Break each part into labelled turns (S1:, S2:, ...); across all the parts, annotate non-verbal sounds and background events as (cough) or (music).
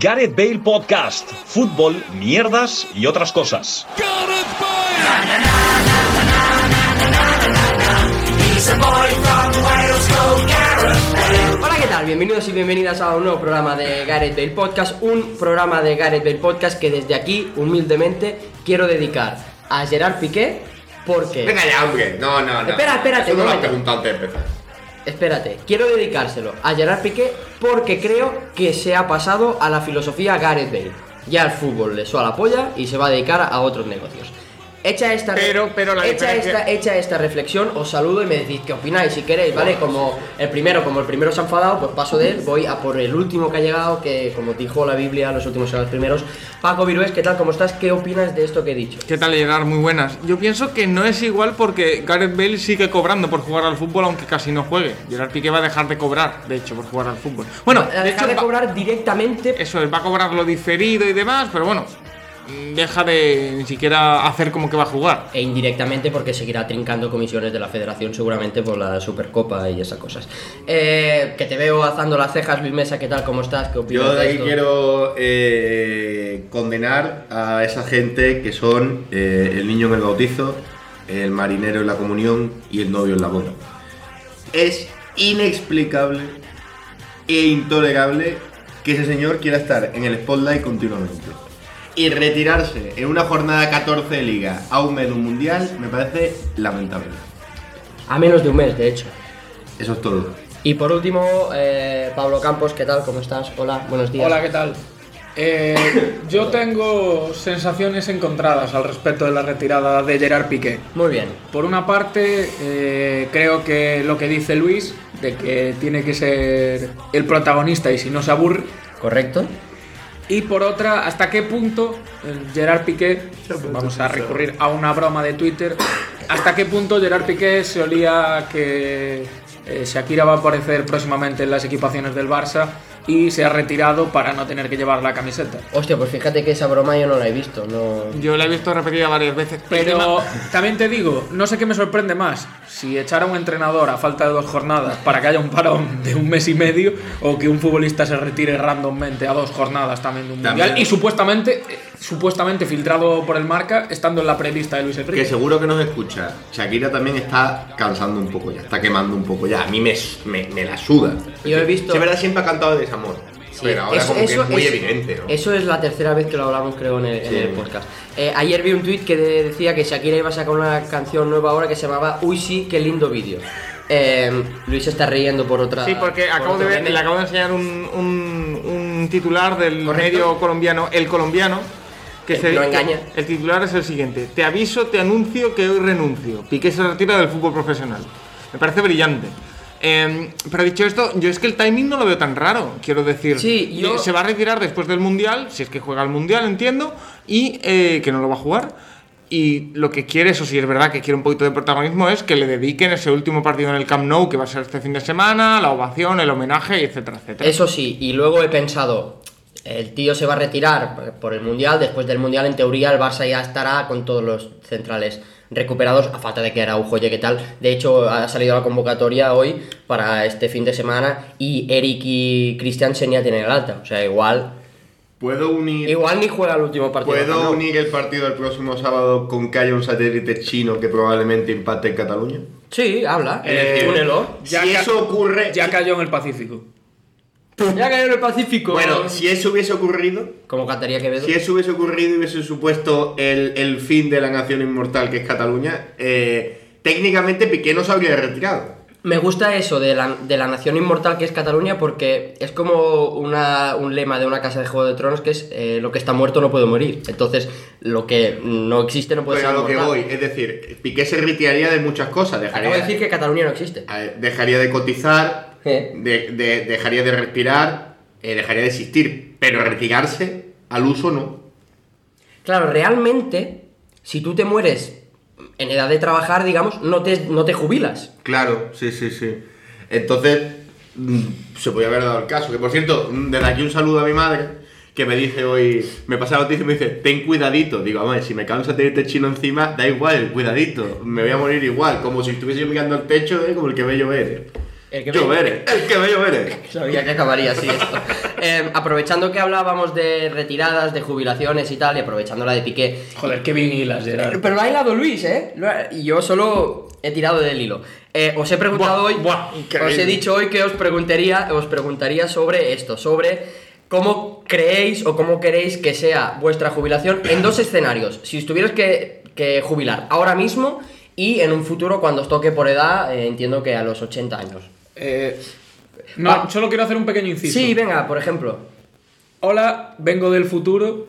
S1: Gareth Bale Podcast, fútbol, mierdas y otras cosas.
S2: Hola, ¿qué tal? Bienvenidos y bienvenidas a un nuevo programa de Gareth Bale Podcast, un programa de Gareth Bale Podcast que desde aquí, humildemente, quiero dedicar a Gerard Piqué porque...
S3: Venga ya, hombre. No, no, no.
S2: Espera, espérate,
S3: Eso no lo
S2: un
S3: has
S2: momento.
S3: preguntado antes de empezar.
S2: Espérate, quiero dedicárselo a Gerard Piqué porque creo que se ha pasado a la filosofía Gareth Bale. Ya el fútbol le suena la polla y se va a dedicar a otros negocios. Hecha esta,
S3: Pero- pero la
S2: hecha,
S3: diferencia-
S2: esta, hecha esta reflexión, os saludo y me decís qué opináis si queréis, ¿vale? Como el primero, como el primero se ha enfadado, pues paso de él, voy a por el último que ha llegado, que como dijo la Biblia, los últimos serán los primeros. Paco Virués, ¿qué tal? ¿Cómo estás? ¿Qué opinas de esto que he dicho?
S4: ¿Qué tal, Gerard? Muy buenas. Yo pienso que no es igual porque Gareth Bale sigue cobrando por jugar al fútbol, aunque casi no juegue. Gerard Piqué va a dejar de cobrar, de hecho, por jugar al fútbol. Bueno,
S2: A
S4: de
S2: dejar
S4: hecho,
S2: de
S4: va-
S2: cobrar directamente
S4: eso es, va a cobrar lo diferido y demás, pero bueno, mm, deja de ni siquiera hacer como que va a jugar.
S2: E indirectamente porque seguirá trincando comisiones de la federación seguramente por la Supercopa y esas cosas. Eh, que te veo alzando las cejas, Luis Mesa, ¿qué tal? ¿Cómo estás? ¿Qué opinas
S5: Yo de
S2: de
S5: aquí
S2: esto?
S5: quiero eh, condenar a esa gente que son eh, el niño en el bautizo, el marinero en la comunión y el novio en la boda. Es inexplicable e intolerable que ese señor quiera estar en el spotlight continuamente. Y retirarse en una jornada 14 de liga a un mes de un mundial me parece lamentable.
S2: A menos de un mes, de hecho.
S5: Eso es todo.
S2: Y por último, eh, Pablo Campos, ¿qué tal? ¿Cómo estás? Hola, buenos días.
S6: Hola, ¿qué tal? Eh, yo tengo sensaciones encontradas al respecto de la retirada de Gerard Piqué.
S2: Muy bien.
S6: Por una parte, eh, creo que lo que dice Luis, de que tiene que ser el protagonista y si no se aburre.
S2: ¿Correcto?
S6: Y por otra, ¿hasta qué punto eh, Gerard Piqué, vamos a recurrir a una broma de Twitter, ¿hasta qué punto Gerard Piqué se olía que eh, Shakira va a aparecer próximamente en las equipaciones del Barça y se ha retirado para no tener que llevar la camiseta?
S2: Hostia, pues fíjate que esa broma yo no la he visto. No...
S4: Yo la he visto repetida varias veces.
S6: Pero también te digo, no sé qué me sorprende más, si echar a un entrenador a falta de dos jornadas para que haya un parón de un mes y medio o que un futbolista se retire randommente a dos jornadas también de un
S5: También.
S6: mundial y supuestamente eh, supuestamente filtrado por el marca estando en la prelista de Luis
S5: Que
S6: Enrique.
S5: seguro que nos escucha. Shakira también está cansando un poco ya, está quemando un poco ya. A mí me, me, me la suda.
S2: Yo he visto-
S5: Es verdad, siempre ha cantado de desamor.
S2: Sí,
S5: pero ahora como que es muy evidente, ¿no?
S2: Eso es la tercera vez que lo hablamos, creo, en el, en
S5: Sí.
S2: el podcast. Eh, ayer vi un tweet que de- decía que Shakira iba a sacar una canción nueva ahora que se llamaba Uy, sí, qué lindo vídeo. Eh, Luis está riendo por otra.
S4: Sí, porque
S2: por
S4: acabo de
S2: otro
S4: ver,
S2: meme.
S4: le acabo de enseñar un, un- un titular del
S2: Correcto.
S4: medio colombiano, El Colombiano, que
S2: Que no engaña.
S4: El titular es el siguiente: Te aviso, te anuncio que hoy renuncio. Piqué se retira del fútbol profesional. Me parece brillante. Eh, pero dicho esto, yo es que el timing no lo veo tan raro. Quiero decir,
S2: Sí, yo-
S4: se va a retirar después del mundial, si es que juega el mundial, entiendo, y eh, que no lo va a jugar. Y lo que quiere, eso sí es verdad que quiere un poquito de protagonismo, es que le dediquen ese último partido en el Camp Nou, que va a ser este fin de semana, la ovación, el homenaje, etcétera, etcétera.
S2: Eso sí, y luego he pensado, el tío se va a retirar por- por el Mundial, después del Mundial en teoría el Barça ya estará con todos los centrales recuperados, a falta de que Araujo llegue tal. De hecho, ha salido la convocatoria hoy para este fin de semana y Eric y Christiansen ya tienen el alta, o sea, igual...
S5: Puedo unir.
S2: Igual ni juega el último partido.
S5: ¿Puedo
S2: ¿no?
S5: unir el partido del próximo sábado con que haya un satélite chino que probablemente impacte en Cataluña?
S2: Sí, habla.
S6: Eh,
S2: Únelo.
S6: Ya
S5: si
S6: ca-
S5: eso ocurre.
S6: Ya cayó en el Pacífico.
S2: Ya cayó en el Pacífico.
S5: Bueno, si eso hubiese ocurrido,
S2: como cantaría Quevedo.
S5: si eso hubiese ocurrido y hubiese supuesto el, el fin de la nación inmortal que es Cataluña, eh, técnicamente Piqué no se habría retirado.
S2: Me gusta eso de la, de la nación inmortal que es Cataluña porque es como una- un lema de una casa de Juego de Tronos que es eh, lo que está muerto no puede morir. Entonces, lo que no existe no puede
S5: Pero a
S2: ser
S5: lo que
S2: inmortal.
S5: voy, es decir, Piqué se retiraría de muchas cosas,
S2: Acabo
S5: dejaría,
S2: de decir que Cataluña no existe.
S5: a ver, dejaría de cotizar,
S2: ¿Eh?
S5: de- de- dejaría de respirar, eh, dejaría de existir, pero retirarse al uso no.
S2: Claro, realmente, si tú te mueres en edad de trabajar, digamos, no te, no te jubilas.
S5: Claro, sí, sí, sí. Entonces, mm, se podía haber dado el caso. Que por cierto, mm, desde aquí un saludo a mi madre, que me dice hoy, me pasa la noticia y me dice, ten cuidadito. Digo, hombre, si me cae un satélite este chino encima, da igual, cuidadito, me voy a morir igual, como si estuviese yo mirando al techo, eh, como el que bello eres.
S2: El que
S5: Yo eres, el que bello eres.
S2: (laughs) Sabía que acabaría así esto. eh, aprovechando que hablábamos de retiradas, de jubilaciones y tal, y aprovechando la de Piqué.
S6: Joder, qué vinilas, Gerard.
S2: Pero lo ha hilado Luis, ¿eh? Lo ha- Y yo solo he tirado del hilo. Eh, os he preguntado
S4: Buah,
S2: hoy,
S4: buah, increíble.
S2: os he dicho hoy que os preguntaría, os preguntaría sobre esto, sobre cómo creéis o cómo queréis que sea vuestra jubilación en dos escenarios. Si os tuvierais que, que jubilar ahora mismo y en un futuro cuando os toque por edad, eh, entiendo que a los 80 años.
S6: Eh, no,
S2: Va.
S6: solo quiero hacer un pequeño inciso.
S2: Ah. Sí, venga, por ejemplo.
S6: Hola, vengo del futuro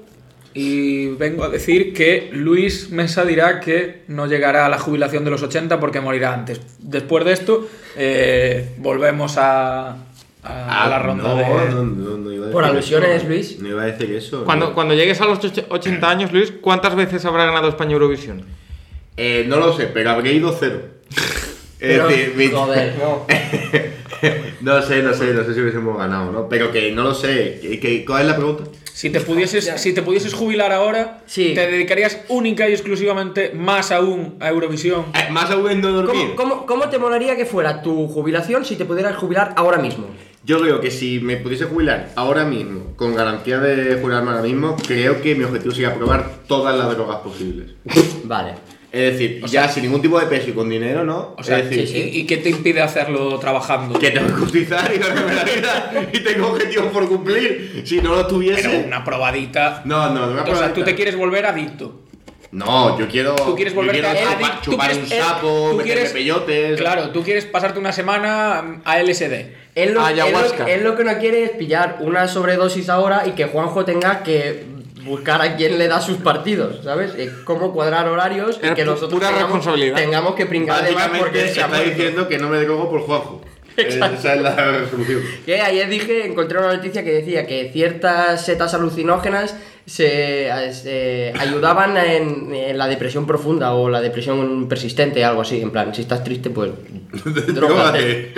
S6: y vengo a decir que Luis Mesa dirá que no llegará a la jubilación de los 80 porque morirá antes. Después de esto, eh, volvemos a, a- a Ah, la ronda
S5: Ah, no,
S6: de...
S5: no, no, no iba a
S2: Por
S5: decir
S2: alusiones,
S5: eso.
S2: Luis.
S5: No iba a decir eso.
S4: Cuando,
S5: no.
S4: cuando llegues a los och- 80 años, Luis, ¿cuántas veces habrá ganado España Eurovisión?
S5: Eh, no lo sé, pero habré ido
S2: (laughs)
S5: cero. Es
S2: Pero,
S5: decir, Eh,
S4: (laughs)
S5: mi-
S2: joder,
S5: (laughs) no sé, no sé, no sé si hubiésemos ganado, ¿no? Pero que no lo sé. ¿Qué- qué- ¿Cuál es la pregunta?
S6: Si te pudieses, si te pudieses jubilar ahora,
S2: Sí.
S6: te dedicarías única y exclusivamente más aún a Eurovisión.
S5: Eh, más aún no
S2: ¿Cómo,
S5: dormir.
S2: cómo, cómo te molaría que fuera tu jubilación si te pudieras jubilar ahora mismo?
S5: Yo creo que si me pudiese jubilar ahora mismo, con garantía de jubilarme ahora mismo, creo que mi objetivo sería probar todas las drogas posibles.
S2: Vale.
S5: Es decir, ya sin ningún tipo de peso y con dinero, ¿no?
S6: O sea,
S5: es decir,
S2: sí, sí.
S6: ¿y, y qué te impide hacerlo trabajando?
S5: que tengo que cotizar y ganarme la vida y tengo objetivos por cumplir. Si no los
S6: Pero
S5: tuviese.
S6: una probadita.
S5: No, no, no me
S6: o sea, tú
S5: aprovecho.
S6: te quieres volver adicto.
S5: No, yo quiero.
S6: Tú quieres
S5: yo
S6: volverte
S5: quiero
S6: a-
S5: chupar,
S6: adicto, tú
S5: chupar
S6: quieres-
S5: un sapo,
S6: tú
S5: meterme
S6: quieres-
S5: peyotes.
S6: Claro, tú quieres pasarte una semana mm, a LSD.
S2: Él lo, él, lo,
S4: Ayahuasca.
S2: él lo que no quiere es pillar una sobredosis ahora y que Juanjo tenga que buscar a quién le da sus partidos, ¿sabes? Eh, cómo cuadrar horarios y
S4: Es
S2: que
S4: pu-
S2: nosotros
S4: pura
S2: tengamos,
S4: responsabilidad.
S2: tengamos que pringar de más porque
S5: Básicamente
S2: se ha
S5: está
S2: muerto.
S5: diciendo que no me drogo por
S6: (laughs)
S5: Juanjo. Eh, Esa es la resolución.
S2: Que ayer dije, encontré una noticia que decía que ciertas setas alucinógenas se, se ayudaban en, en la depresión profunda o la depresión persistente, algo así. En plan, si estás triste, pues.
S5: (laughs)
S2: drógate.
S5: Drógate.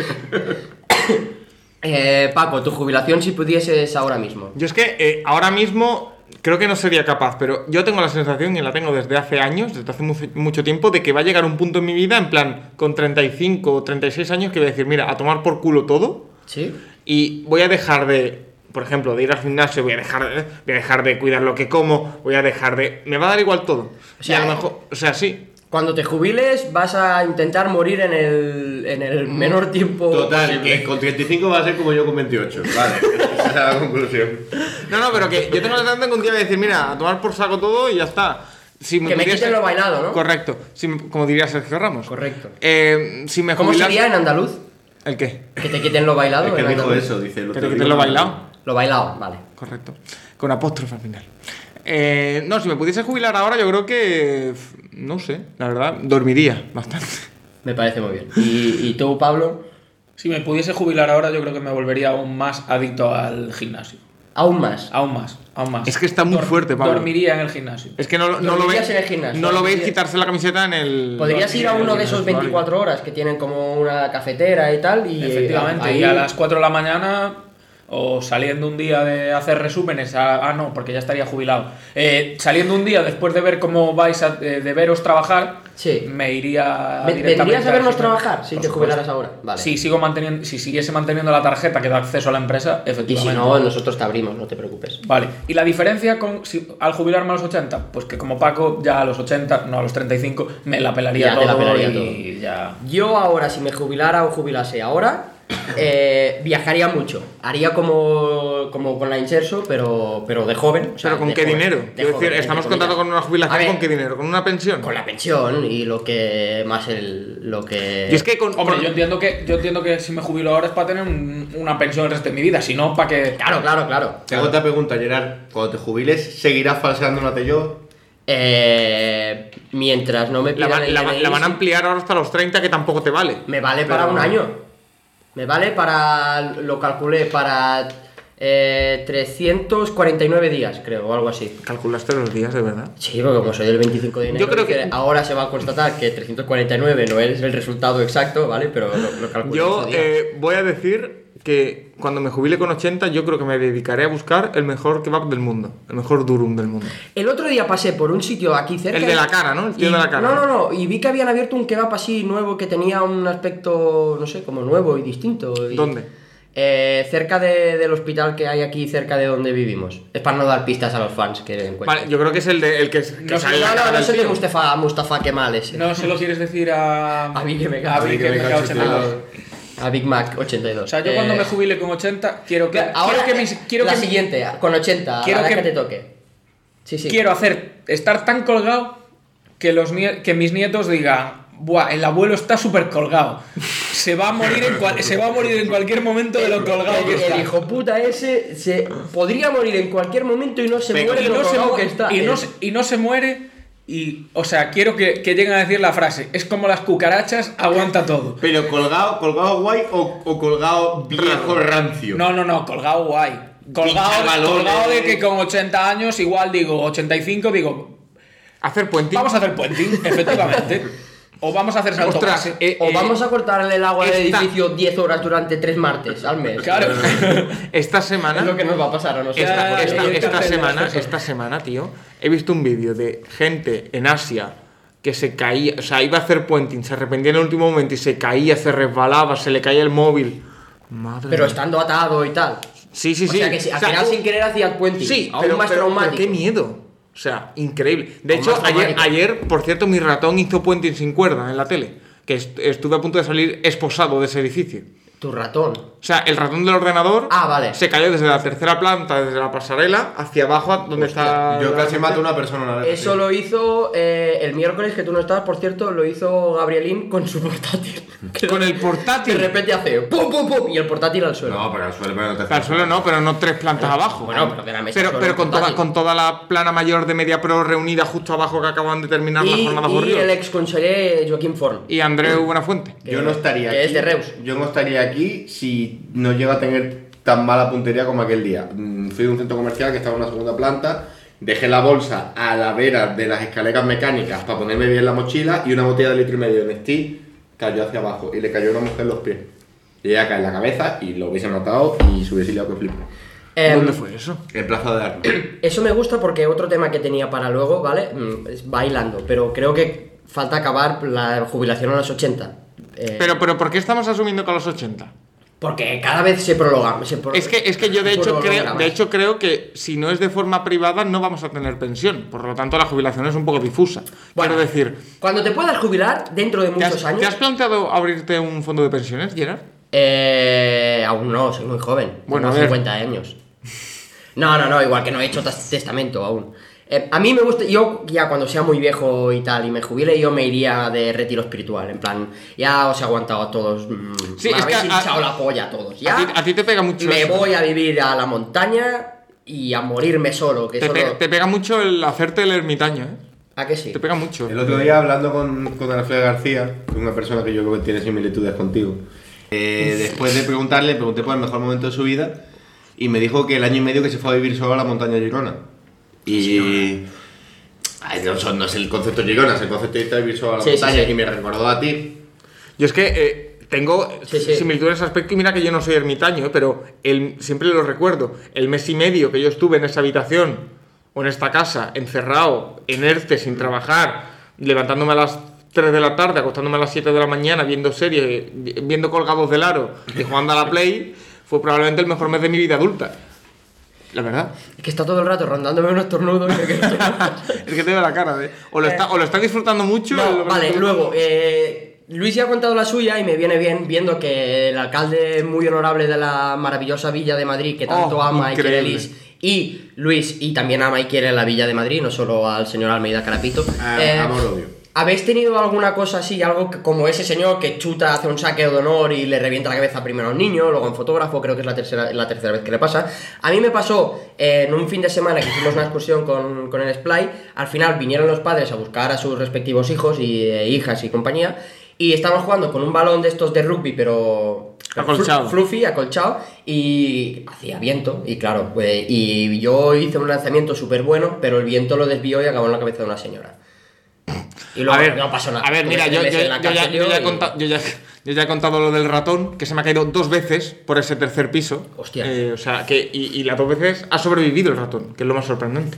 S2: Eh, Paco, tu jubilación si pudieses ahora mismo.
S4: Yo es que eh, ahora mismo creo que no sería capaz, pero yo tengo la sensación, y la tengo desde hace años, desde hace mu- mucho tiempo, de que va a llegar un punto en mi vida, en plan, con 35 o 36 años, que voy a decir, mira, a tomar por culo todo,
S2: ¿Sí?
S4: y voy a dejar de, por ejemplo, de ir al gimnasio, voy a dejar de, voy a dejar de cuidar lo que como, voy a dejar de... Me va a dar igual todo.
S2: O sea,
S4: y a lo mejor, o sea, sí.
S2: Cuando te jubiles vas a intentar morir en el, en el menor tiempo
S5: Mm. Total,
S2: posible.
S5: que con 35 va a ser como yo con 28. Vale, (laughs) esa es la conclusión.
S4: No, no, pero que yo tengo la sensación que un día voy a decir, mira, a tomar por saco todo y ya está. Si
S2: Que me
S4: pudiese-
S2: quiten lo bailado, ¿no?
S4: Correcto. Si me- como diría Sergio Ramos.
S2: Correcto.
S4: Eh, si me
S2: ¿Cómo
S4: jubilase-
S2: sería en andaluz?
S4: ¿El qué?
S2: Que te quiten lo
S4: Ah,
S2: bailado.
S5: Es que
S2: en
S5: dijo
S2: andaluz.
S5: eso, dice.
S4: Que te quiten lo bailado.
S2: Lo bailado, vale.
S4: Correcto. Con apóstrofe al final. Eh, no, si me pudiese jubilar ahora, yo creo que. f- No sé, la verdad, dormiría bastante.
S2: Me parece muy bien. ¿Y, y tú, Pablo?
S6: Si me pudiese jubilar ahora, yo creo que me volvería aún más adicto al gimnasio.
S2: Aún más.
S6: Aún más, aún más.
S4: Es que está muy
S6: Dor-
S4: fuerte, Pablo.
S6: Dormiría en el gimnasio.
S4: Es que no, lo- no lo
S2: Dormirías
S4: veis.
S2: en el gimnasio,
S4: no lo veis
S2: dormirías.
S4: quitarse la camiseta en el.
S2: Podrías ir a uno de esos 24 horas que tienen como una cafetera y tal. Y eh,
S6: Efectivamente.
S2: ahí-
S6: Y a las 4 de la mañana, o saliendo un día de hacer resúmenes, a- ah, no, porque ya estaría jubilado. Eh, saliendo un día después de ver cómo vais a eh, de veros trabajar,
S2: Sí.
S6: me iría.
S2: Ve-
S6: directamente
S2: ¿Vendrías a
S6: al
S2: vernos
S6: gimnasio.
S2: trabajar si
S6: Por
S2: te
S6: supuesto.
S2: jubilaras ahora? Vale.
S6: Si, sigo manteniendo, si siguiese manteniendo la tarjeta que da acceso a la empresa,
S2: Y
S6: efectivamente.
S2: si no, nosotros te abrimos, no te preocupes.
S6: Vale, ¿y la diferencia con si, al jubilarme a los 80? Pues que como Paco, ya a los 80, no a los 35, me la pelaría
S2: Ya, te
S6: todo
S2: la pelaría
S6: y ya...
S2: Yo ahora, si me jubilara o
S4: (coughs)
S2: jubilase ahora, eh, viajaría mucho. Haría como, como con la inserso, pero, pero de joven. o sea,
S4: ¿Pero con
S2: de
S4: qué
S2: joven,
S4: dinero?
S2: de
S4: Quiero
S2: joven,
S4: decir,
S2: entre
S4: estamos
S2: comillas.
S4: contando con una jubilación,
S2: A ver,
S4: ¿con qué dinero? ¿Con una pensión?
S2: Con la pensión y lo que más el, lo que...
S4: Y es que con.
S6: Hombre,
S4: con-
S6: yo entiendo, que, yo entiendo que si me jubilo ahora es para tener un- una pensión el resto de mi vida, si no, para que...
S2: Claro, claro, claro.
S5: Tengo otra pregunta, Gerard. Cuando te jubiles, ¿seguirás falseando una yo?
S2: Eh, mientras no me
S4: la,
S2: pidan
S4: van-
S2: el
S4: la van-
S2: DNI,
S4: la van a
S2: sí.
S4: ampliar ahora hasta los 30, que tampoco te vale.
S2: Me vale para
S4: Pero-
S2: un año. Me vale para... Lo calculé para... eh, 349 días, creo, o algo así.
S4: Calculaste los días, de verdad.
S2: Sí, porque como soy del 25 de enero,
S4: Yo creo que-
S2: ahora se va a constatar que 349 no es el resultado exacto, ¿vale? Pero lo, lo calculé
S4: Yo
S2: ese día.
S4: eh, voy a decir que cuando me jubile con 80, yo creo que me dedicaré a buscar el mejor kebab del mundo, el mejor durum del mundo.
S2: El otro día pasé por un sitio aquí cerca.
S4: El de la cara, ¿no? El tío
S2: y-
S4: de la cara.
S2: No, no, no. Y vi que habían abierto un kebab así nuevo que tenía un aspecto, no sé, como nuevo y distinto. y-
S4: ¿Dónde?
S2: eh, cerca de- del hospital que hay aquí, cerca de donde vivimos. Es para no dar pistas a los fans que encuentren.
S4: Vale, yo creo que es el, de, el que, que
S6: No sé,
S4: sale en la
S2: No, no,
S4: cara
S2: no
S4: del
S2: sé de
S4: tío.
S2: Mustafa, Mustafa Kemal ese.
S6: No se lo quieres decir a.
S2: A mí que me cago.
S6: a mí que me cago en la-
S2: A Big Mac 82.
S6: O sea, yo cuando
S2: Eh,
S6: me jubile con 80, quiero que.
S2: Ahora
S6: quiero que mis- quiero
S2: la
S6: que mi-
S2: siguiente, con 80,
S6: quiero
S2: a la
S6: que-
S2: que, te toque. Sí, sí.
S6: Quiero hacer. Estar tan colgado que, los nie- que mis nietos digan. Buah, el abuelo está súper colgado. Se va a morir en cual- se va a morir en cualquier momento de lo colgado
S2: El,
S6: que está.
S2: el hijo puta ese se podría morir en cualquier momento y no se
S6: Venga,
S2: muere
S6: y
S2: lo
S6: no se
S2: colgado
S6: mu-
S2: que está.
S6: y no
S2: Eh,
S6: se- y no se muere. Y, o sea, quiero que, que lleguen a decir la frase. Es como las cucarachas, aguanta todo.
S5: Pero colgado, colgado guay o, o colgado viejo rancio.
S6: No, no, no, colgado guay. Colgado,
S5: Pinchar balones.
S6: colgado
S4: eh.
S6: de que con 80 años, igual digo, 85, digo,
S4: Hacer puentín.
S6: vamos a hacer puenting, efectivamente. o vamos a hacer salto
S4: Ostras,
S6: base.
S4: eh,
S2: o
S4: eh,
S2: vamos a cortarle el agua del
S4: esta-
S2: edificio 10 horas durante 3 martes al
S4: (laughs)
S2: mes.
S6: Claro.
S4: esta semana.
S2: Es lo que nos va a pasar a nosotros.
S6: Ya,
S4: Esta,
S6: ya,
S4: esta-
S6: ya, ya,
S4: esta
S6: ya, ya, ya,
S4: semana,
S6: ya, ya, ya.
S4: esta semana, tío, he visto un vídeo de gente en Asia que se caía, o sea, iba a hacer puenting, se arrepentía en el último momento y se caía, se resbalaba, se le caía el móvil. Madre
S2: Pero
S4: mía.
S2: estando atado y tal.
S4: Sí, sí,
S2: o
S4: sí.
S2: sea que si, al
S4: O sea,
S2: final
S4: tú-
S2: sin querer hacía el puente.
S4: Sí,
S2: aún
S4: pero,
S2: más
S4: pero- pero
S2: traumático.
S4: qué miedo. O sea, increíble. De
S2: Aún
S4: hecho,
S2: más
S4: ayer,
S2: traumático.
S4: ayer, por cierto, mi ratón hizo puenting sin cuerda en la tele. Que est- estuve a punto de salir esposado de ese edificio.
S2: Tu ratón.
S4: O sea, el ratón del ordenador
S2: Ah, vale.
S4: se cayó desde la tercera planta, desde la pasarela, hacia abajo, a donde está.
S5: Yo
S4: la
S5: casi
S4: gente.
S5: mato a una persona una vez.
S2: Eso lo hizo eh, el miércoles que tú no estabas, por cierto, lo hizo Gabrielín con su portátil. (laughs)
S4: Con el
S2: Que
S4: portátil.
S2: de repente hace pum pum pum y el portátil al suelo.
S5: No, pero al suelo, pero no te hace-
S4: Al suelo no, pero no tres plantas abajo.
S2: bueno, pero de la mesa
S4: Pero,
S2: solo
S4: pero
S2: un
S4: con, toda,
S2: portátil.
S4: con toda la plana mayor de Media Pro reunida justo abajo que acaban de terminar la
S2: y
S4: jornada
S2: y
S4: horrible.
S2: el ex conseller Joaquín Forn.
S4: Y Andreu Buenafuente.
S5: Yo no estaría
S2: que
S5: aquí.
S2: es de Reus.
S5: Yo no estaría aquí si no llega a tener tan mala puntería como aquel día. Mm, Fui a un centro comercial que estaba en una segunda planta. Dejé la bolsa a la vera de las escaleras mecánicas para ponerme bien la mochila y una botella de litro y medio de Nestí cayó hacia abajo y le cayó a una mujer en los pies. Le iba a caer en la cabeza y lo hubiese matado y se hubiese liado que flipo.
S2: Em,
S4: ¿Dónde fue eso?
S5: En Plaza de Armas.
S2: Eso me gusta porque otro tema que tenía para luego, ¿vale? Mm, Es bailando, pero creo que falta acabar la jubilación a los 80. Eh,
S4: Pero, pero, ¿por qué estamos asumiendo que a los 80?
S2: porque cada vez se prolonga. se pro-
S4: Es que, es que yo de
S2: se
S4: hecho,
S2: prolonga
S4: creo,
S2: más.
S4: de hecho creo que si no es de forma privada no vamos a tener pensión. Por lo tanto la jubilación es un poco difusa.
S2: Bueno.
S4: Quiero decir,
S2: Cuando te puedas jubilar, dentro de
S4: ¿te
S2: muchos
S4: has,
S2: años.
S4: te has planteado abrirte un fondo de pensiones, Gerard?
S2: Eh, aún no, soy muy joven.
S4: Bueno,
S2: Bueno,
S4: a
S2: tengo
S4: ver.
S2: 50 años. No, no, no, igual que no he hecho tas- testamento aún. Eh, a mí me gusta, yo ya cuando sea muy viejo y tal y me jubile, yo me iría de retiro espiritual. En plan, ya os he aguantado a todos. mm,
S4: Sí,
S2: me
S4: es que
S2: habéis
S4: a-
S2: hinchado la polla a todos. Ya
S4: A ti- a ti te pega mucho
S2: Me
S4: eso.
S2: voy a vivir a la montaña y a morirme solo. Que
S4: Te,
S2: solo-
S4: pega, te pega mucho el hacerte el ermitaño, ¿eh?
S2: ¿A que sí?
S4: Te pega mucho.
S5: El otro día hablando con, con Ana Sofía García, que es una persona que yo creo que tiene similitudes contigo, eh, después de preguntarle, pregunté por el mejor momento de su vida y me dijo que el año y medio que se fue a vivir solo a la montaña de Girona. Y... Ay, no, son- no es el concepto Girona, es el concepto de irte a vivir solo a la
S2: Sí, sí,
S5: montaña
S2: sí.
S5: y me recordó a ti.
S4: Yo es que eh, tengo
S2: Sí, sí.
S4: similitudes en ese aspecto y mira que yo no soy ermitaño, eh, pero el- siempre lo recuerdo. El mes y medio que yo estuve en esa habitación o en esta casa, encerrado, en ERTE, sin trabajar, levantándome a las 3 de la tarde, acostándome a las 7 de la mañana, viendo series, vi- viendo colgados del aro y jugando a la Play, fue probablemente el mejor mes de mi vida adulta. La verdad.
S2: Es que está todo el rato rondándome unos tornudos. que-
S4: (laughs) Es que te veo la cara de... O lo, está, o lo está disfrutando mucho...
S2: Eh. No,
S4: o lo-
S2: vale, luego, eh, Luis ya ha contado la suya y me viene bien viendo que el alcalde muy honorable de la maravillosa villa de Madrid, que tanto
S4: Oh,
S2: ama y quiere
S4: increíble.
S2: Luis, y Luis, y también ama y quiere la villa de Madrid, no solo al señor Almeida Carapito. Eh,
S5: Ah, amor, odio.
S2: ¿Habéis tenido alguna cosa así, algo que- como ese señor que chuta, hace un saque de honor y le revienta la cabeza primero a un niño, luego a un fotógrafo, creo que es la tercera, la tercera vez que le pasa? A mí me pasó eh, en un fin de semana que hicimos una excursión con, con el Splay, al final vinieron los padres a buscar a sus respectivos hijos y eh, hijas y compañía, y estábamos jugando con un balón de estos de rugby, pero... pero flu-
S4: Acolchado.
S2: flu- Fluffy acolchado y hacía viento y claro, pues, y yo hice un lanzamiento súper bueno, pero el viento lo desvió y acabó en la cabeza de una señora. Y luego
S4: a ver,
S2: no pasó nada.
S4: A ver,
S2: Tuve
S4: mira,
S2: tres
S4: yo, yo-
S2: meses en la
S4: yo ya,
S2: cárcel
S4: yo ya he
S2: y-
S4: contado, yo, ya, yo ya he contado lo del ratón, que se me ha caído dos veces por ese tercer piso.
S2: Hostia.
S4: Eh, o sea, que, y, y las dos veces ha sobrevivido el ratón, que es lo más sorprendente.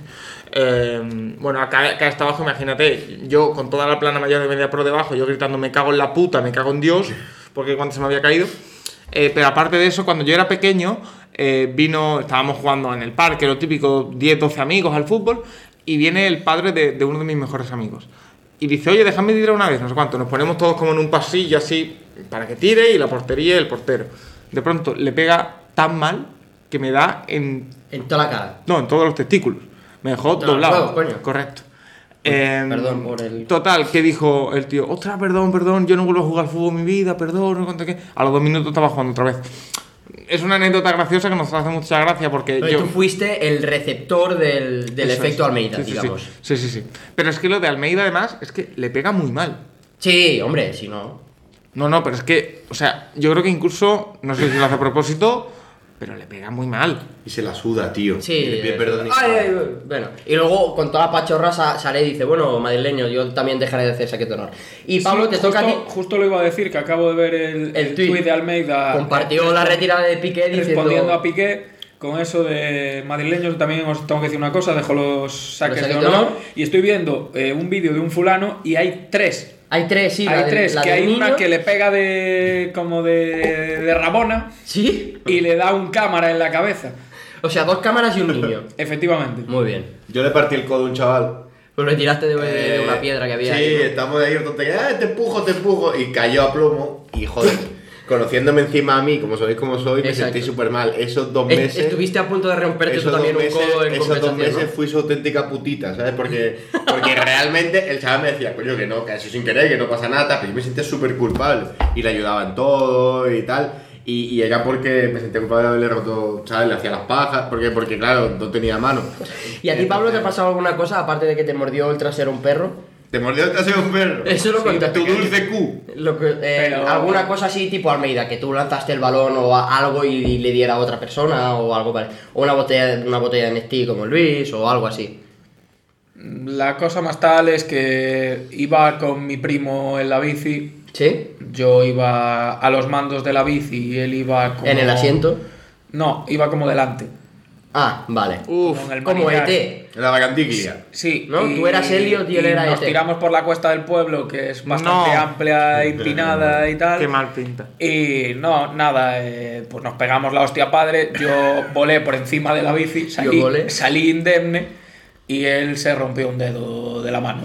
S4: Eh, bueno, acá, acá hasta abajo, imagínate, yo con toda la plana mayor de media por debajo, yo gritando, me cago en la puta, me cago en Dios, porque cuando se me había caído. Eh, pero aparte de eso, cuando yo era pequeño, eh, vino, estábamos jugando en el parque, lo típico, 10, 12 amigos al fútbol, y viene el padre de, de uno de mis mejores amigos. Y dice, oye, déjame tirar una vez, no sé cuánto. Nos ponemos todos como en un pasillo así, para que tire, y la portería y el portero. De pronto le pega tan mal que me da en
S2: En toda la cara.
S4: no, en todos los testículos. Me dejó
S2: No,
S4: doblado.
S2: los huevos, coño.
S4: Correcto. Em,
S2: perdón por el-
S4: Total, que dijo el tío, ostras, perdón, perdón, yo no vuelvo a jugar al fútbol en mi vida, perdón, no conté qué. A los dos minutos estaba jugando otra vez. Es una anécdota graciosa que nos hace mucha gracia porque
S2: Pero
S4: yo...
S2: tú fuiste el receptor del, del
S4: Eso es.
S2: efecto Almeida,
S4: Sí, sí, sí.
S2: digamos.
S4: Sí, sí, sí. Pero es que lo de Almeida, además, es que le pega muy mal.
S2: Sí, hombre, si no.
S4: No, no, pero es que, o sea, yo creo que incluso, no sé si lo hace a propósito, pero le pega muy mal.
S5: Y se la suda, tío.
S2: Sí. eh,
S5: Y le pide perdón y-
S2: Ay, ay, ay, bueno. Y luego, con toda la pachorra, sa- sale y dice: Bueno, madrileño, yo también dejaré de hacer saque de honor. Y Pablo,
S6: Sí,
S2: te
S6: justo,
S2: toca a ti.
S6: justo lo iba a decir, que acabo de ver el,
S2: El
S6: el
S2: tuit.
S6: tuit de Almeida.
S2: Compartió la retirada de Piqué diciendo.
S6: respondiendo a Piqué con eso de madrileños también os tengo que decir una cosa dejo los saques
S2: Los
S6: de
S2: saques de
S6: honor,
S2: honor.
S6: y estoy viendo eh, un vídeo de un fulano y hay tres
S2: Hay tres, sí, la
S6: hay
S2: del-
S6: tres
S2: la
S6: que
S2: del
S6: hay una
S2: niño.
S6: que le pega de como de, de rabona
S2: (laughs) Sí.
S6: y le da un cámara en la cabeza
S2: O sea, dos cámaras y un niño.
S6: efectivamente
S2: Muy bien.
S5: Yo le partí el codo a un chaval.
S2: Pues le tiraste de, de
S5: Eh,
S2: una piedra que había
S5: Sí,
S2: ahí, ¿no?
S5: estamos ahí, tontería, "Ah, te empujo, te empujo. Y cayó a plomo.
S2: (laughs)
S5: Y joder, conociéndome encima a mí, como sabéis cómo soy, me
S2: Exacto.
S5: sentí súper mal. Esos dos
S2: Est-
S5: meses.
S2: Estuviste a punto de romperte tú
S5: esos dos
S2: también un
S5: meses,
S2: codo en
S5: esos dos
S2: compensación,
S5: meses
S2: ¿no?
S5: fui su auténtica putita, ¿sabes?
S2: (laughs)
S5: Porque, porque realmente el chaval me decía, coño, que no, que así sin querer, que no pasa nada, tal, pero yo me sentía súper culpable. Y le ayudaba en todo y tal. Y, y era porque me sentía culpable de haberle roto, ¿sabes? Le hacía las pajas, porque, porque claro, no tenía mano.
S2: ¿Y a ti, Pablo, te ha pasado alguna cosa aparte de que te mordió el trasero un perro?
S5: Te mordió el trasero un perro.
S2: Eso lo contaste.
S5: Tu dulce Q.
S2: Lo que, eh,
S6: Pero-
S2: Alguna cosa así, tipo Almeida, que tú lanzaste el balón o a- algo y, le diera a otra persona o algo pare- O una botella, una botella de Nestí como Luis o algo así.
S6: la cosa más tal es que iba con mi primo en la bici
S2: ¿Sí?
S6: yo iba a los mandos de la bici y él iba como...
S2: ¿En el asiento?
S6: no iba como delante
S2: Ah, vale.
S4: Uf,
S6: como en el
S2: como E
S6: manillar.
S2: ET.
S5: La vacantiglia.
S6: Sí,
S2: ¿No? Tú eras Elliot y él era E
S6: Nos
S2: ET.
S6: tiramos por la cuesta del pueblo, que es bastante
S4: No.
S6: amplia, empinada y tal.
S4: Qué mal pinta.
S6: Y no, nada, eh, pues nos pegamos la hostia padre. Yo volé por encima de la bici, salí,
S2: volé.
S6: salí indemne y él se rompió un dedo de
S2: (laughs)
S6: la mano.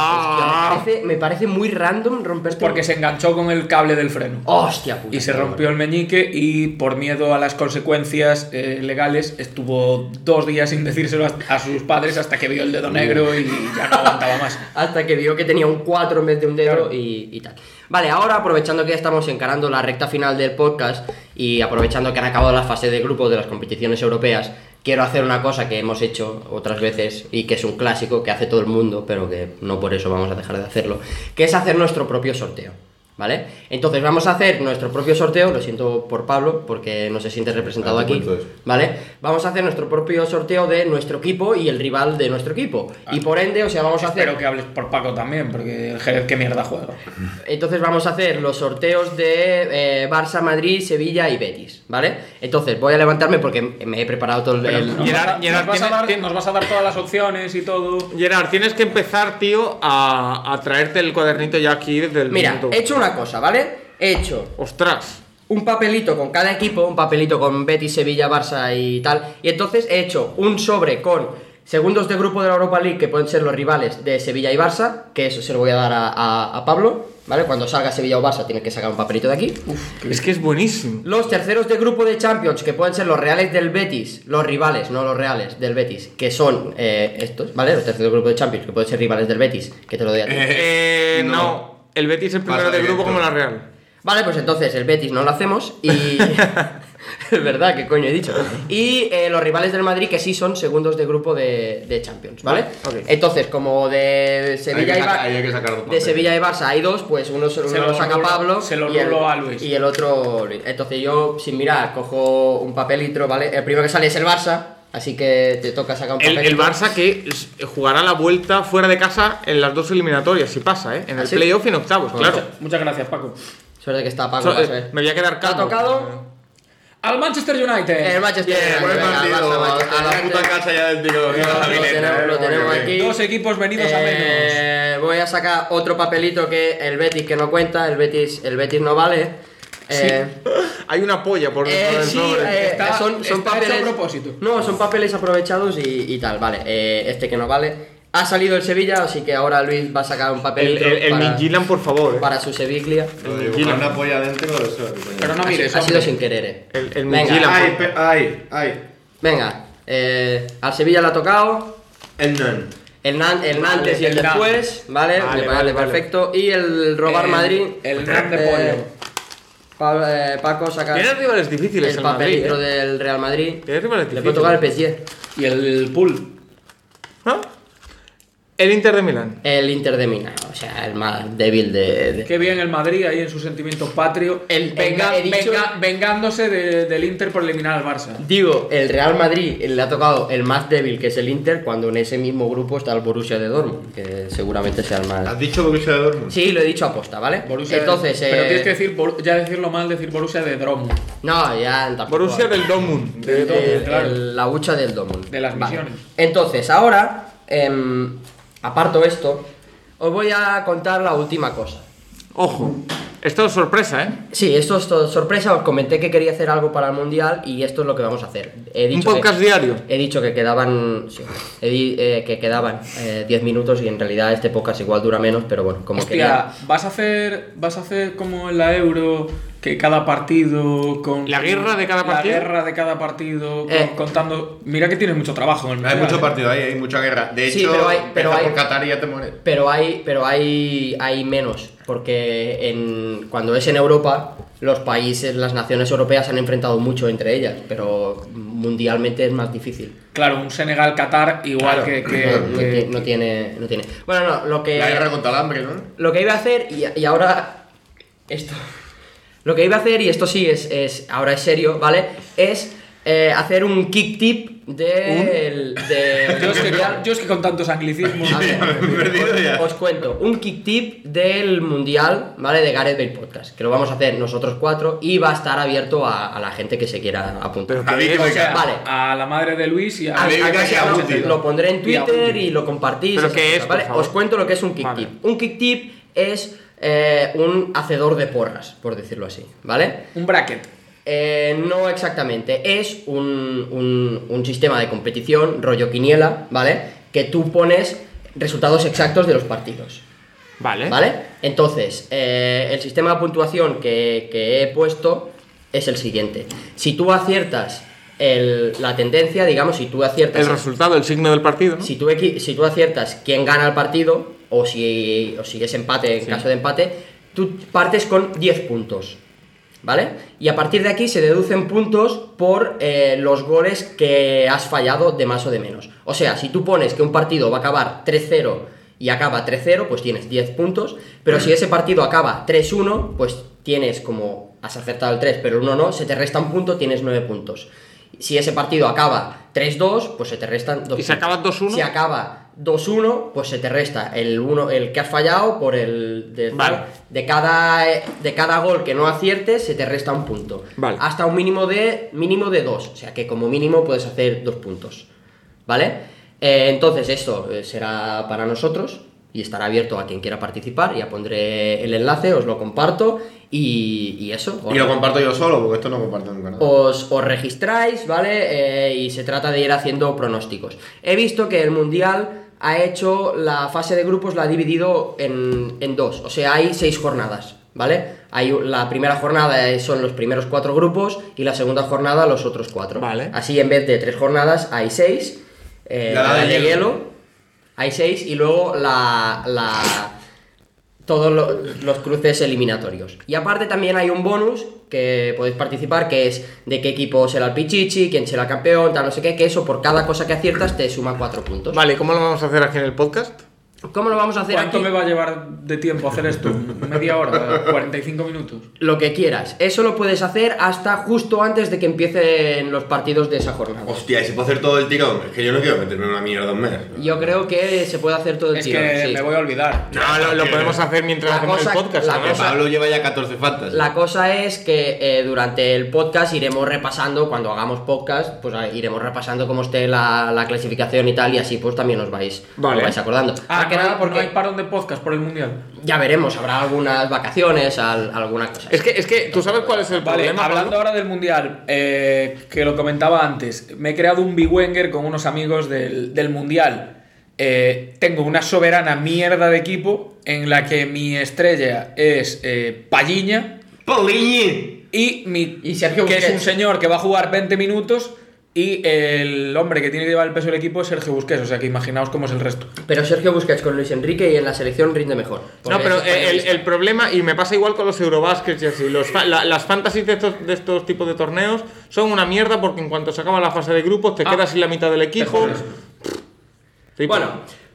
S2: Ah, hostia, me, parece, me parece muy random romperte.
S6: Porque se enganchó con el cable del freno.
S2: Hostia, puta.
S6: Y se rompió el meñique y por miedo a las consecuencias eh, legales estuvo dos días sin decírselo a, a sus padres hasta que vio el dedo negro y ya no aguantaba
S2: (laughs)
S6: más.
S2: Hasta que vio que tenía un 4 en vez de un dedo
S6: Claro.
S2: y, y tal. Vale, ahora aprovechando que ya estamos encarando la recta final del podcast y aprovechando que han acabado las fases de grupo de las competiciones europeas, quiero hacer una cosa que hemos hecho otras veces y que es un clásico que hace todo el mundo, pero que no por eso vamos a dejar de hacerlo, que es hacer nuestro propio sorteo. ¿Vale? Entonces vamos a hacer nuestro propio sorteo, lo siento por Pablo, porque no se siente representado
S5: Ah, te
S2: aquí.
S5: cuento eso.
S2: ¿Vale? Vamos a hacer nuestro propio sorteo de nuestro equipo y el rival de nuestro equipo. Y por ende, o sea, vamos a hacer.
S6: Ah. Espero que hables por Paco también, porque el Jerez qué mierda juega.
S2: Entonces vamos a hacer los sorteos de eh, Barça, Madrid, Sevilla y Betis, ¿vale? Entonces voy a levantarme porque me he preparado todo el...
S6: Pero
S2: el-
S6: nos,
S4: Gerard-
S6: vas a-
S4: Gerard
S6: nos vas a
S4: tiene-
S6: dar,
S4: tiene-
S6: nos vas a dar todas las opciones y todo.
S4: Gerard, tienes que empezar, tío, a, a traerte el cuadernito ya aquí desde el
S2: Mira,
S4: minuto
S2: he
S4: uno.
S2: hecho una cosa, ¿vale? He hecho
S4: Ostras.
S2: un papelito con cada equipo, un papelito con Betis, Sevilla, Barça y tal. Y entonces he hecho un sobre con segundos de grupo de la Europa League, que pueden ser los rivales de Sevilla y Barça, que eso se lo voy a dar a, a- a Pablo, ¿vale? Cuando salga Sevilla o Barça tiene que sacar un papelito de aquí.
S4: Es que es buenísimo.
S2: Los terceros de grupo de Champions, que pueden ser los reales del Betis, los rivales, no los reales del Betis, que son eh, estos, ¿vale? Los terceros de grupo de Champions, que pueden ser rivales del Betis, que te lo doy a ti.
S4: Eh, no. El Betis es el primero
S5: Pasa
S4: del grupo como
S5: directo.
S4: la Real.
S2: Vale, pues entonces el Betis no lo hacemos
S5: (laughs)
S2: y... es verdad, que coño he dicho. Y eh, los rivales del Madrid, que sí son segundos de grupo de, de Champions, ¿vale?
S4: Ok.
S2: Entonces, como de Sevilla,
S5: que
S2: y, Bar-
S5: saca- ahí hay que sacar dos
S2: de
S5: papeles.
S2: Sevilla y Barça hay dos, pues uno, se- uno
S6: Se
S2: lo,
S6: lo
S2: saca
S6: rulo-
S2: Pablo
S6: se lo
S2: y, el,
S6: rulo a Luis.
S2: y el otro... Luis. Entonces yo, sin mirar, cojo un papelito, ¿vale? El primero que sale es el Barça, así que te toca sacar un
S4: El,
S2: papelito.
S4: el Barça que s- jugará la vuelta fuera de casa en las dos eliminatorias, si pasa, ¿eh? En
S2: ¿Ah,
S4: el
S2: sí?
S4: playoff y en octavos, claro.
S6: Mucha- muchas gracias, Paco.
S2: Suerte que está Pablo,
S4: So- eh,
S2: vas a ver.
S4: me voy a quedar
S2: ¿Te ha
S4: calvo.
S2: tocado?
S6: Al Manchester
S2: El
S6: United.
S2: Manchester United,
S5: Buen
S2: venga,
S5: partido,
S2: Barça, Manchester
S5: a la
S2: United.
S5: puta casa ya del
S2: Lo
S5: tiro.
S2: tenemos- lo tenemos aquí.
S6: Dos equipos venidos a menos.
S2: Eh, Voy a sacar otro papelito que el Betis que no cuenta, el Betis, el Betis no vale. Eh,
S4: Hay una polla por
S2: Eh,
S4: dentro del
S2: sí,
S4: sobre.
S2: eh,
S6: Está-
S2: son, son
S6: está hecho
S2: papeles
S6: a propósito.
S2: No, son papeles aprovechados y, y tal, vale. eh, este que no vale. Ha salido el Sevilla, así que ahora Luis va a sacar un papel
S4: El, el, el
S2: para,
S4: Midtjylland, por favor. eh.
S2: para su Sevilla.
S5: Lo de dibujar una polla dentro, eso es lo que coño.
S6: Pero no
S2: Ha si-
S6: mires,
S2: ha, sido
S6: Ah, hombre.
S2: sin querer. eh.
S4: El- el Midtjylland.
S2: venga,
S5: Ay, pe- ay, ay.
S2: venga. eh, al Sevilla le ha tocado.
S5: El non.
S2: El, nan- el antes y el
S6: el nan.
S2: después,
S4: Vale,
S2: ¿vale? me
S4: vale,
S2: parece
S4: vale.
S2: perfecto. Y el robar
S6: El-
S2: Madrid.
S6: el nan de
S2: eh,
S6: pollo.
S2: Pa- eh, Paco saca
S4: Tiene rivales difíciles
S2: el
S4: el Madrid.
S2: papelito
S4: eh.
S2: del Real Madrid.
S4: Tiene rivales
S2: Le puede
S4: difíciles.
S2: tocar el PSG.
S6: Y el, pool.
S4: ¿Ah? El Inter de Milán.
S2: El Inter de Mina, o sea, el más débil de. de-
S6: Qué bien el Madrid ahí en su sentimiento patrio.
S2: El-
S6: venga-
S2: el- he dicho-
S6: venga- vengándose de- del Inter por eliminar al Barça.
S2: Digo, el Real Madrid le ha tocado el más débil, que es el Inter, cuando en ese mismo grupo está el Borussia de Dortmund, que seguramente sea el
S5: ¿Has
S2: más.
S5: dicho Borussia Dortmund?
S2: Sí, lo he dicho aposta, ¿vale?
S6: Borussia
S2: Entonces,
S6: pero
S2: eh,
S6: tienes que decir, Bor- ya decirlo mal, decir Borussia de Dromo.
S2: No, ya tampoco.
S4: Borussia del Dortmund.
S6: Del
S2: El-
S6: Dortmund, claro.
S2: el- la hucha del Dortmund.
S6: De las misiones.
S2: Entonces, ahora, em, aparto esto, os voy a contar la última cosa.
S4: Ojo. Esto es sorpresa, ¿eh?
S2: Sí, esto es todo sorpresa. Os comenté que quería hacer algo para el mundial y esto es lo que vamos a hacer. He
S4: Un
S2: dicho que-
S4: podcast diario.
S2: He dicho que quedaban sí, he di- eh, que quedaban eh, 10 minutos y en realidad este podcast igual dura menos, pero bueno, como
S6: Hostia, vas a hacer vas a hacer como en la Euro que cada partido con
S4: ¿La guerra de cada partido?
S6: La guerra de cada partido con-
S2: Eh.
S6: contando, mira que tienes mucho trabajo en el
S5: Hay
S6: Mundial,
S5: mucho
S6: eh.
S5: partido ahí, hay mucha guerra. De
S2: Sí,
S5: hecho,
S2: pero hay- pero
S5: empieza
S2: hay-
S5: por Qatar y ya te mueres.
S2: quería. Pero hay pero hay hay menos porque en cuando es en Europa los países, las naciones europeas se han enfrentado mucho entre ellas, pero mundialmente es más difícil.
S6: Claro, un Senegal Qatar igual
S5: Claro,
S6: que, que-
S2: No, no
S6: que-
S2: ti- no tiene no tiene. Bueno, no, lo que
S5: La guerra contra el hambre, ¿no?
S2: Lo que iba a hacer y, y ahora esto. Lo que iba a hacer y esto sí es, es ahora es serio, ¿vale? Es eh, hacer un kick tip del del
S6: yo, es que
S2: mundial. (laughs)
S6: yo es que con
S5: (laughs)
S6: tantos anglicismos.
S2: A ver,
S5: Me he perdido ya.
S2: Os cuento, un kick tip del mundial, ¿vale? De Gareth Bale Podcast, que lo vamos a hacer nosotros cuatro y va a estar abierto a, a la gente que se quiera apuntar.
S4: Pero
S5: A mí que
S6: o
S5: me
S6: sea,
S5: cae.
S2: Vale.
S6: a la madre de Luis y a,
S2: A-
S5: mí me
S2: a-
S5: casi
S2: a-
S5: a
S2: lo-
S5: útil.
S2: Lo pondré en
S6: Y a
S2: Twitter
S6: útil.
S2: y lo compartís.
S4: ¿Pero
S2: esas
S4: qué
S2: cosas,
S4: es,
S2: ¿vale?
S4: por favor?
S2: Os cuento lo que es un kick
S4: Vale.
S2: tip. Un kick tip es eh, un hacedor de porras, por decirlo así, ¿vale?
S6: un bracket.
S2: Eh, no exactamente, es un, un- un sistema de competición, rollo quiniela, ¿vale? Que tú pones resultados exactos de los partidos,
S4: Vale.
S2: ¿vale? Entonces, eh, el sistema de puntuación que, que he puesto es el siguiente. Si tú aciertas el- la tendencia, digamos, si tú aciertas...
S4: El resultado, el signo del partido. ¿no?
S2: Si tú, equi- si tú aciertas quién gana el partido, o si, o si es empate, en caso de empate, tú partes con 10 puntos. ¿Vale? Y a partir de aquí se deducen puntos por eh, los goles que has fallado de más o de menos. O sea, si tú pones que un partido va a acabar 3-0 y acaba 3-0, pues tienes 10 puntos. Pero si ese partido acaba 3-1, pues tienes como has acertado el 3, pero el 1 no, se te resta un punto, tienes 9 puntos. Si ese partido acaba 3-2, pues se te restan 2
S4: ¿Y se acaba 2-1?
S2: si acaba 2-1, pues se te resta el uno, el que has fallado por el de,
S4: Vale.
S2: de cada eh, de cada gol que no aciertes se te resta un punto.
S4: Vale.
S2: Hasta un mínimo de mínimo de 2, o sea que como mínimo puedes hacer dos puntos. ¿Vale? Eh, entonces esto eh, será para nosotros y estará abierto a quien quiera participar. Ya pondré el enlace, os lo comparto y, y eso.
S5: Y lo comparto yo solo, porque esto no comparto nunca nada.
S2: os, os registráis, ¿vale? Eh, y se trata de ir haciendo pronósticos. He visto que el Mundial ha hecho la fase de grupos, la ha dividido en, en dos, o sea, hay seis jornadas, ¿vale? Hay, u- la primera jornada eh, son los primeros cuatro grupos y la segunda jornada los otros cuatro.
S4: Vale.
S2: Así en vez de tres jornadas hay seis. eh,
S5: La
S2: la
S5: de
S2: de
S5: hielo.
S2: hielo. Hay seis y luego la, la, todos lo- los cruces eliminatorios. Y aparte también hay un bonus que podéis participar, que es de qué equipo será el Pichichi, quién será campeón, tal, no sé qué, que eso por cada cosa que aciertas te suma cuatro puntos.
S4: Vale, ¿cómo lo vamos a hacer aquí en el podcast?
S2: ¿Cómo lo vamos a hacer
S6: ¿Cuánto
S2: aquí?
S6: me va a llevar de tiempo hacer esto? ¿Media hora? ¿45 minutos?
S2: Lo que quieras. Eso lo puedes hacer hasta justo antes de que empiecen los partidos de esa jornada.
S5: Hostia, y se puede hacer todo el tirón. Es que yo no quiero meterme en una mierda un mes.
S2: Yo creo que se puede hacer todo el
S6: Es
S2: tirón,
S6: que
S2: sí.
S6: me voy a olvidar.
S4: No, lo, lo podemos hacer mientras
S2: Ah, La
S4: hacemos
S2: cosa-
S4: el podcast.
S2: la
S4: ¿no?
S5: Que
S2: cosa-
S5: Pablo lleva ya 14 faltas.
S2: La cosa es que eh, durante el podcast iremos repasando, cuando hagamos podcast, pues ah, iremos repasando cómo esté la, la clasificación y tal, y así pues también os vais,
S4: Vale.
S2: os vais acordando.
S6: Ah,
S2: que
S6: no hay-
S2: nada porque-
S6: no hay parón de podcast por el mundial.
S2: Ya veremos, habrá algunas vacaciones, al- alguna cosa.
S4: Es que, es que tú sabes cuál es el
S6: Vale,
S4: problema.
S6: hablando
S4: Pablo?
S6: ahora del Mundial, eh, que lo comentaba antes, me he creado un Biwenger con unos amigos del, del Mundial. Eh, tengo una soberana mierda de equipo en la que mi estrella es eh, Palliña
S5: ¡Poliñi!
S6: y mi
S2: Y Sergio
S6: que es
S2: Busquets.
S6: un señor que va a jugar 20 minutos y el hombre que tiene que llevar el peso del equipo es Sergio Busquets, o sea que imaginaos cómo es el resto.
S2: Pero Sergio Busquets con Luis Enrique y en la selección rinde mejor. Por
S4: No, pero
S2: eso es
S4: el, el problema, y me pasa igual con los Eurobaskets y así, los fa- la- las fantasies de estos, de estos tipos de torneos son una mierda porque en cuanto se acaba la fase de grupos te
S6: Ah.
S4: quedas sin la mitad del equipo.
S6: jodes.
S4: Sí,
S2: Bueno,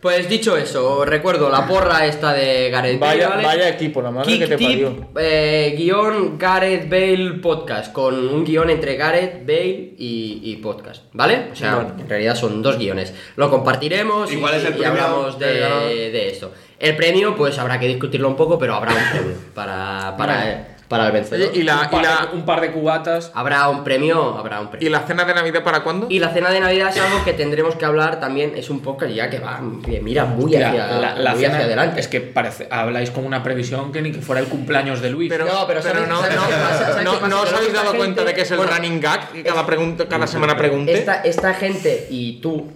S2: pues dicho eso, os recuerdo la porra esta de Gareth
S4: vaya,
S2: Bale. ¿vale?
S4: vaya equipo, la madre que
S2: Kick
S4: te
S2: tip,
S4: parió.
S2: eh, guión Gareth Bale podcast, con un guión entre Gareth Bale y, y podcast, ¿vale? O sea, en realidad son dos guiones. Lo compartiremos y,
S5: ¿Y cuál es el
S2: y
S5: premio
S2: hablamos de,
S5: del ganador?
S2: de esto. El premio, pues habrá que discutirlo un poco, pero habrá un premio para, para, para el vencedor.
S4: Oye, y la,
S6: un,
S4: y
S6: par
S4: la-
S6: de, un par de cubatas.
S2: Habrá un premio, habrá un premio.
S4: y la cena de Navidad para cuándo?
S2: Y la cena de Navidad es algo que tendremos que hablar también. Es un podcast ya que va, que mira muy
S6: Mira,
S2: hacia,
S6: la- la
S2: muy
S6: cena-
S2: hacia adelante.
S6: Es que parece, habláis con una previsión que ni que fuera el cumpleaños de Luis.
S4: Pero,
S2: No, pero ¿sabes-
S4: no,
S2: sabes
S4: no,
S2: qué pasa? ¿Sabes
S4: no-
S2: qué pasa?
S4: no
S2: Que
S4: os
S2: luego
S4: habéis
S2: esta
S4: dado
S2: gente-
S4: cuenta de que es el
S2: bueno,
S4: running gag que cada, pregunta, cada semana pregunte.
S2: Esta, esta gente y tú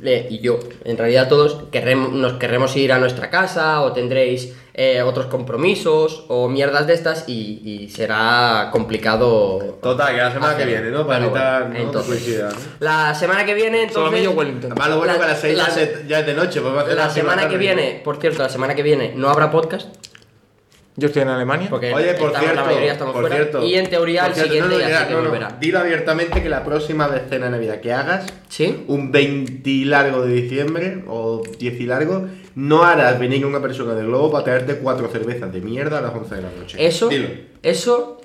S2: le- y yo, en realidad todos querrem- nos querremos ir a nuestra casa o tendréis eh, otros compromisos o mierdas de estas y, y será complicado.
S5: Total, que la semana que
S2: hacerlo.
S5: viene, ¿no? Para
S2: Bueno,
S5: evitar
S2: bueno,
S5: ¿no?
S2: Ah, entonces,
S5: duplicidad, ¿no?
S2: La semana que viene, entonces.
S4: Solomillo Wellington.
S5: Además, lo bueno
S2: La-
S5: que a las 6
S2: la-
S5: ya, se- ya es de noche. podemos hacer
S2: La
S5: así por
S2: semana
S5: la
S2: que
S5: tarde.
S2: viene, por cierto, la semana que viene no habrá podcast.
S4: Yo estoy en Alemania.
S2: Porque
S5: Oye, por
S2: estamos-
S5: cierto,
S2: la mayoría estamos
S5: por
S2: fuera.
S5: cierto.
S2: y en teoría
S5: por
S2: el
S5: cierto,
S2: siguiente
S5: no, no,
S2: ya
S5: mira,
S2: sí que
S5: no, no,
S2: volverá.
S5: Dilo abiertamente que la próxima de cena de Navidad que hagas,
S2: ¿Sí?
S5: un 20 largo de diciembre o 10 y largo, no harás venir una persona del globo para traerte cuatro cervezas de mierda a las 11 de la noche.
S2: Eso,
S5: Dilo.
S2: eso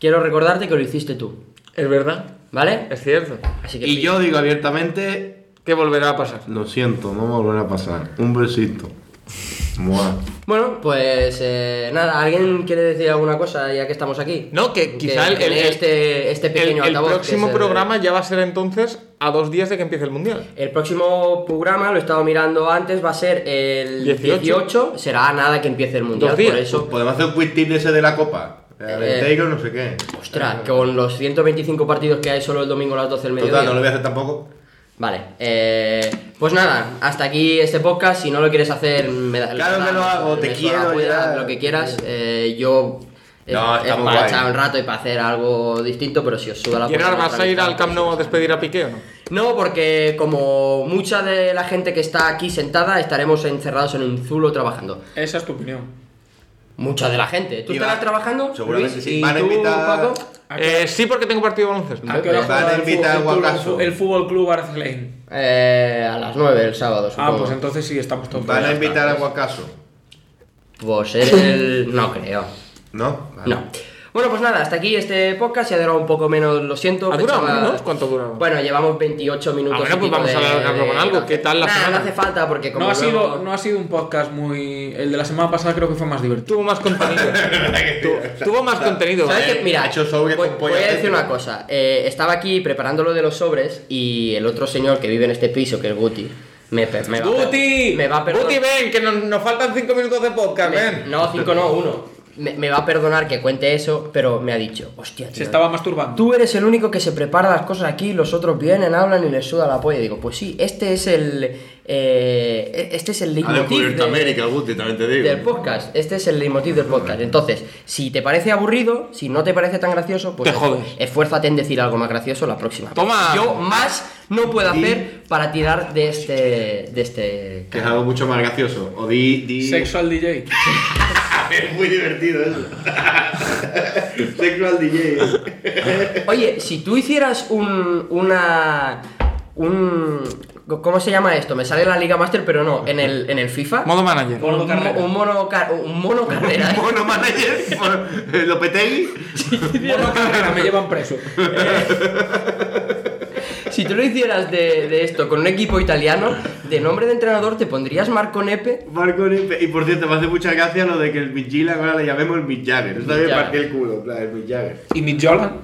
S2: quiero recordarte que lo hiciste tú,
S4: Es verdad,
S2: ¿vale?
S4: es cierto.
S2: Así que
S5: Y
S2: sí.
S5: yo digo abiertamente,
S4: ¿Qué volverá a pasar?
S5: lo siento, no me volverá a pasar. Un besito. Mua.
S2: Bueno, pues eh, nada, ¿alguien quiere decir alguna cosa ya que estamos aquí?
S4: No, que quizá el-
S2: tiene
S4: el-
S2: este, este
S4: El,
S2: pequeño
S4: el
S2: altavoz que
S4: próximo
S2: es el-
S4: programa ya va a ser entonces a dos días de que empiece el mundial.
S2: El próximo programa, lo he estado mirando antes, va a ser el
S4: 18.
S2: 18. será nada que empiece el mundial,
S4: Dos días.
S2: por eso.
S5: Podemos hacer un quick tip de ese de la copa.
S2: Eh,
S5: Alenteiro, no sé qué.
S2: Ostras, con los 125 partidos que hay solo el domingo a las 12 del mediodía.
S5: Total, no lo voy a hacer tampoco.
S2: Vale, eh, pues nada, hasta aquí este podcast. Si no lo quieres hacer, me da
S5: Claro que lo hago,
S2: me
S5: te
S2: suda
S5: quiero,
S2: la polla,
S5: ya.
S2: Lo que quieras, eh, yo. es-
S5: No,
S2: es
S5: está muy
S2: para
S5: guay.
S2: echar un rato y para hacer algo distinto, pero si os suda la polla,
S4: Gerard,
S2: no
S4: ¿vas a ir
S2: realizar,
S4: al Camp Nou a despedir a Piqué o no?
S2: No, porque como mucha de la gente que está aquí sentada, estaremos encerrados en un zulo trabajando.
S6: Esa es tu opinión.
S2: Mucha de la gente. ¿Tú
S5: Y
S2: estarás
S5: va-
S2: trabajando?
S5: seguramente
S2: Luis?
S5: sí.
S2: ¿Y
S5: Van a
S2: tú,
S5: invitar-
S2: Paco?
S4: Eh, sí, porque tengo partido de baloncesto.
S6: ¿A qué hora
S5: Van
S6: juega
S5: a
S6: el,
S5: invitar a
S6: fútbol, el,
S5: Guacaso.
S6: fútbol- el Fútbol Club Arcelén?
S2: Eh, a las 9 el sábado, supongo.
S6: Ah, pues entonces sí, estamos todos.
S5: Van a
S6: bien.
S5: invitar a Guacaso.
S2: Pues el. No creo.
S5: ¿No? Vale.
S2: No. Bueno, pues nada, hasta aquí este podcast. Se ha durado un poco menos, lo siento.
S4: ¿Ha durado
S2: pensaba-
S4: menos? ¿Cuánto ha durado?
S2: Bueno, llevamos 28 minutos.
S4: Ah, bueno,
S2: y
S4: pues
S2: pico
S4: vamos a
S2: de-
S4: alargarlo con
S2: de-
S4: algo. ¿Qué tal la
S2: Nah,
S4: semana?
S2: No hace falta porque como
S6: No ha,
S2: luego-
S6: sido, no ha sido un podcast muy. El de la semana pasada creo que fue más divertido.
S4: Tuvo más (laughs) contenido. Tu- tuvo más contenido.
S2: ¿Sabes qué? Mira,
S5: Ha hecho sobre
S2: voy,
S5: con pollo
S2: voy a decir
S5: dentro.
S2: una cosa. Eh, estaba aquí preparando lo de los sobres y el otro señor que vive en este piso, que es Guti, me, per- me va a per-
S4: Guti,
S2: me va a perdonar.
S4: Guti, ven, que nos, nos faltan 5 minutos de podcast,
S2: Me-
S4: ven.
S2: no, cinco no, uno. Me, me va a perdonar que cuente eso, pero me ha dicho, hostia,
S6: Se
S2: tío,
S6: estaba masturbando.
S2: Tú eres el único que se prepara las cosas aquí, los otros vienen, hablan y les suda la polla. Y digo, pues sí, este es el. eh, este es el
S5: Ha
S2: leitmotiv
S5: descubierto
S2: de-
S5: América, Guti, también te digo.
S2: del podcast. Este es el leitmotiv del podcast. Entonces, si te parece aburrido, si no te parece tan gracioso, pues
S4: Te jodes.
S2: esfuérzate en decir algo más gracioso la próxima. vez.
S4: Toma.
S2: Yo más no puedo hacer para tirar de este. de este.
S5: Que es algo mucho más gracioso. O di. di...
S6: Sexual DJ.
S5: (laughs) Es muy divertido eso. (laughs) Sexual DJ.
S2: Oye, si tú hicieras un. una. un. ¿Cómo se llama esto? Me sale la Liga Master, pero no, en el, en el FIFA.
S4: Modo manager.
S2: un, mo- un mono car- un ¿eh? mono carrera.
S5: (laughs) Mono manager. mono- Lopetegui.
S6: Bueno, carrera,
S2: (laughs)
S6: me llevan preso.
S2: si tú lo hicieras de, de esto con un equipo italiano, de nombre de entrenador te pondrías Marco Nepe.
S5: Marco Nepe. Y por cierto, me hace mucha gracia lo de que el Mick Jagger ahora le llamemos el Mick Jagger. Eso también
S2: Jagger.
S5: partí el culo, en plan, el Mick Jagger.
S6: ¿Y Mitch Jolan?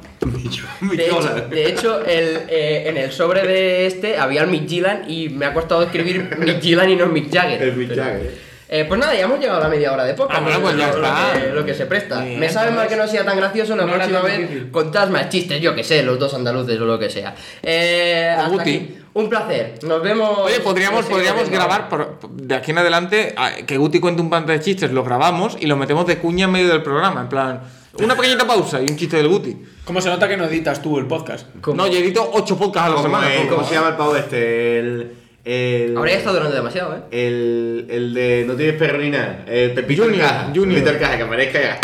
S2: De hecho, de hecho, el, eh, en el sobre de este había el Mick Gillan y me ha costado escribir Mick Gillan y no Mick Jagger.
S5: El Mick
S2: Pero-
S5: Jagger.
S2: Eh, pues nada, ya hemos llegado a la media hora de podcast.
S4: Ah, bueno, pues ya
S2: Lo
S4: está.
S2: que- Lo que se presta.
S4: Bien,
S2: me sabe mal que no sea tan gracioso la
S6: No era
S2: próxima
S6: tan
S2: vez.
S6: difícil.
S2: Contad más chistes, yo que sé, los dos andaluces o lo que sea. Eh,
S4: O
S2: hasta
S4: Pues Guti.
S2: aquí. Un placer. Nos vemos.
S4: Oye, podríamos,
S2: nos seguimos
S4: podríamos
S2: viendo.
S4: grabar por- por- de aquí en adelante ah, que Guti cuente un pantalla de chistes, lo grabamos y lo metemos de cuña en medio del programa. En plan, una pequeñita pausa y un chiste del Guti.
S6: ¿Cómo se nota que no editas tú el podcast?
S2: ¿Cómo?
S4: No, yo edito ocho podcasts a la
S5: ¿Cómo,
S4: semana.
S5: es?
S4: todo.
S5: ¿Cómo se llama el pavo este? El. el
S2: Habría estado durante demasiado, ¿eh?
S5: El, el de No tienes perrolina. El Pepito
S4: Junior,
S5: en caja.
S4: Junior.
S5: Pepito en caja, que aparezca y haga.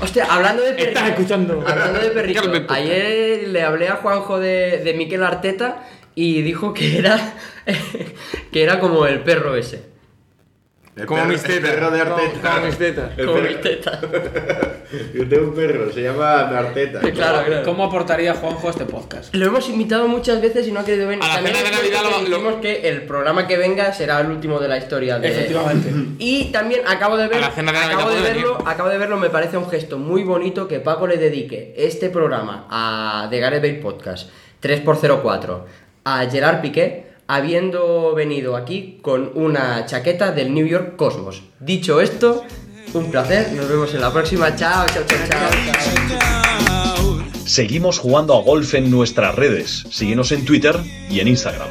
S2: Hostia, hablando de perritos.
S4: Estás escuchando. (laughs)
S2: Hablando de perritos.
S4: Carmen Puta.
S2: Ayer le hablé a Juanjo de, de Miquel Arteta y dijo que era. (laughs) que era como el perro ese.
S5: El
S4: Como
S5: perro-
S4: mis tetas.
S5: El perro de
S4: Como-
S5: Arteta.
S4: como mis tetas.
S5: El
S2: Como
S5: perro-
S2: mi teta.
S5: Yo tengo un perro, se llama Arteta.
S2: Claro, claro. Eh,
S6: ¿Cómo aportaría Juanjo a este podcast?
S2: Lo hemos invitado muchas veces y no ha querido venir.
S4: A la
S2: También
S4: cena de
S2: es cierto
S4: Navidad
S2: que
S4: lo- lo-
S2: dijimos que el programa que venga será el último de la historia de.
S6: Efectivamente.
S2: Y también acabo de ver,
S4: A la cena de Navidad
S2: acabo de
S4: puede
S2: verlo,
S4: venir.
S2: acabo de verlo, me parece un gesto muy bonito que Paco le dedique este programa a The Gareth Bale Podcast 3x04 a Gerard Piqué habiendo venido aquí con una chaqueta del New York Cosmos. Dicho esto, un placer, nos vemos en la próxima. Chao, chao, chao, chao. chao.
S1: Seguimos jugando a golf en nuestras redes. Síguenos en Twitter y en Instagram.